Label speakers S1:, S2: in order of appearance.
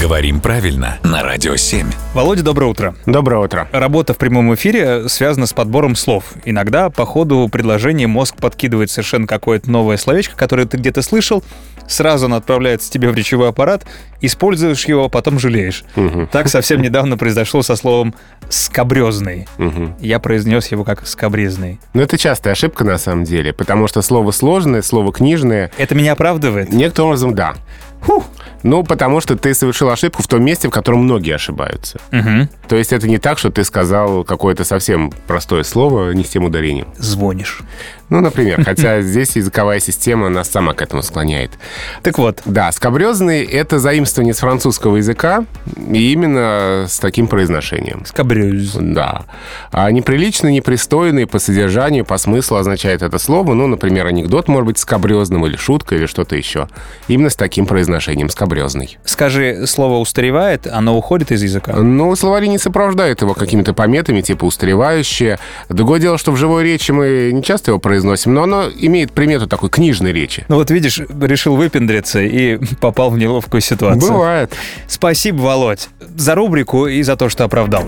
S1: Говорим правильно на Радио 7.
S2: Володя, доброе утро.
S3: Доброе утро.
S2: Работа в прямом эфире связана с подбором слов. Иногда по ходу предложения мозг подкидывает совершенно какое-то новое словечко, которое ты где-то слышал, сразу оно отправляется тебе в речевой аппарат, используешь его, а потом жалеешь. Так совсем недавно произошло со словом «скобрезный». Я произнес его как «скобрезный».
S3: Но Ну, это частая ошибка на самом деле, потому что слово сложное, слово книжное,
S2: Это меня оправдывает?
S3: некоторым образом да.
S2: Фух.
S3: Ну, потому что ты совершил ошибку в том месте, в котором многие ошибаются.
S2: Мгм.
S3: То есть это не так, что ты сказал какое-то совсем простое слово, не с тем ударением.
S2: Звонишь.
S3: Ну, например, хотя здесь языковая система нас сама к этому склоняет.
S2: Так вот,
S3: Да, скобрезный — это заимствование с французского языка, и именно с таким произношением.
S2: «скобрез».
S3: Да. А неприлично, непристойный по содержанию, по смыслу означает это слово. Ну, например, анекдот может быть скобрезным или шутка или что-то еще. Именно с таким произношением скобрезный.
S2: Скажи, слово устаревает, оно уходит из языка.
S3: Ну, словари не сопровождают его какими-то пометами, типа устаревающее. Другое дело, что в живой речи мы не часто его произносим, но оно имеет примету такой книжной речи.
S2: Ну вот видишь, решил выпендриться и попал в неловкую ситуацию.
S3: Бывает.
S2: Спасибо, Володь, за рубрику и за то, что оправдал.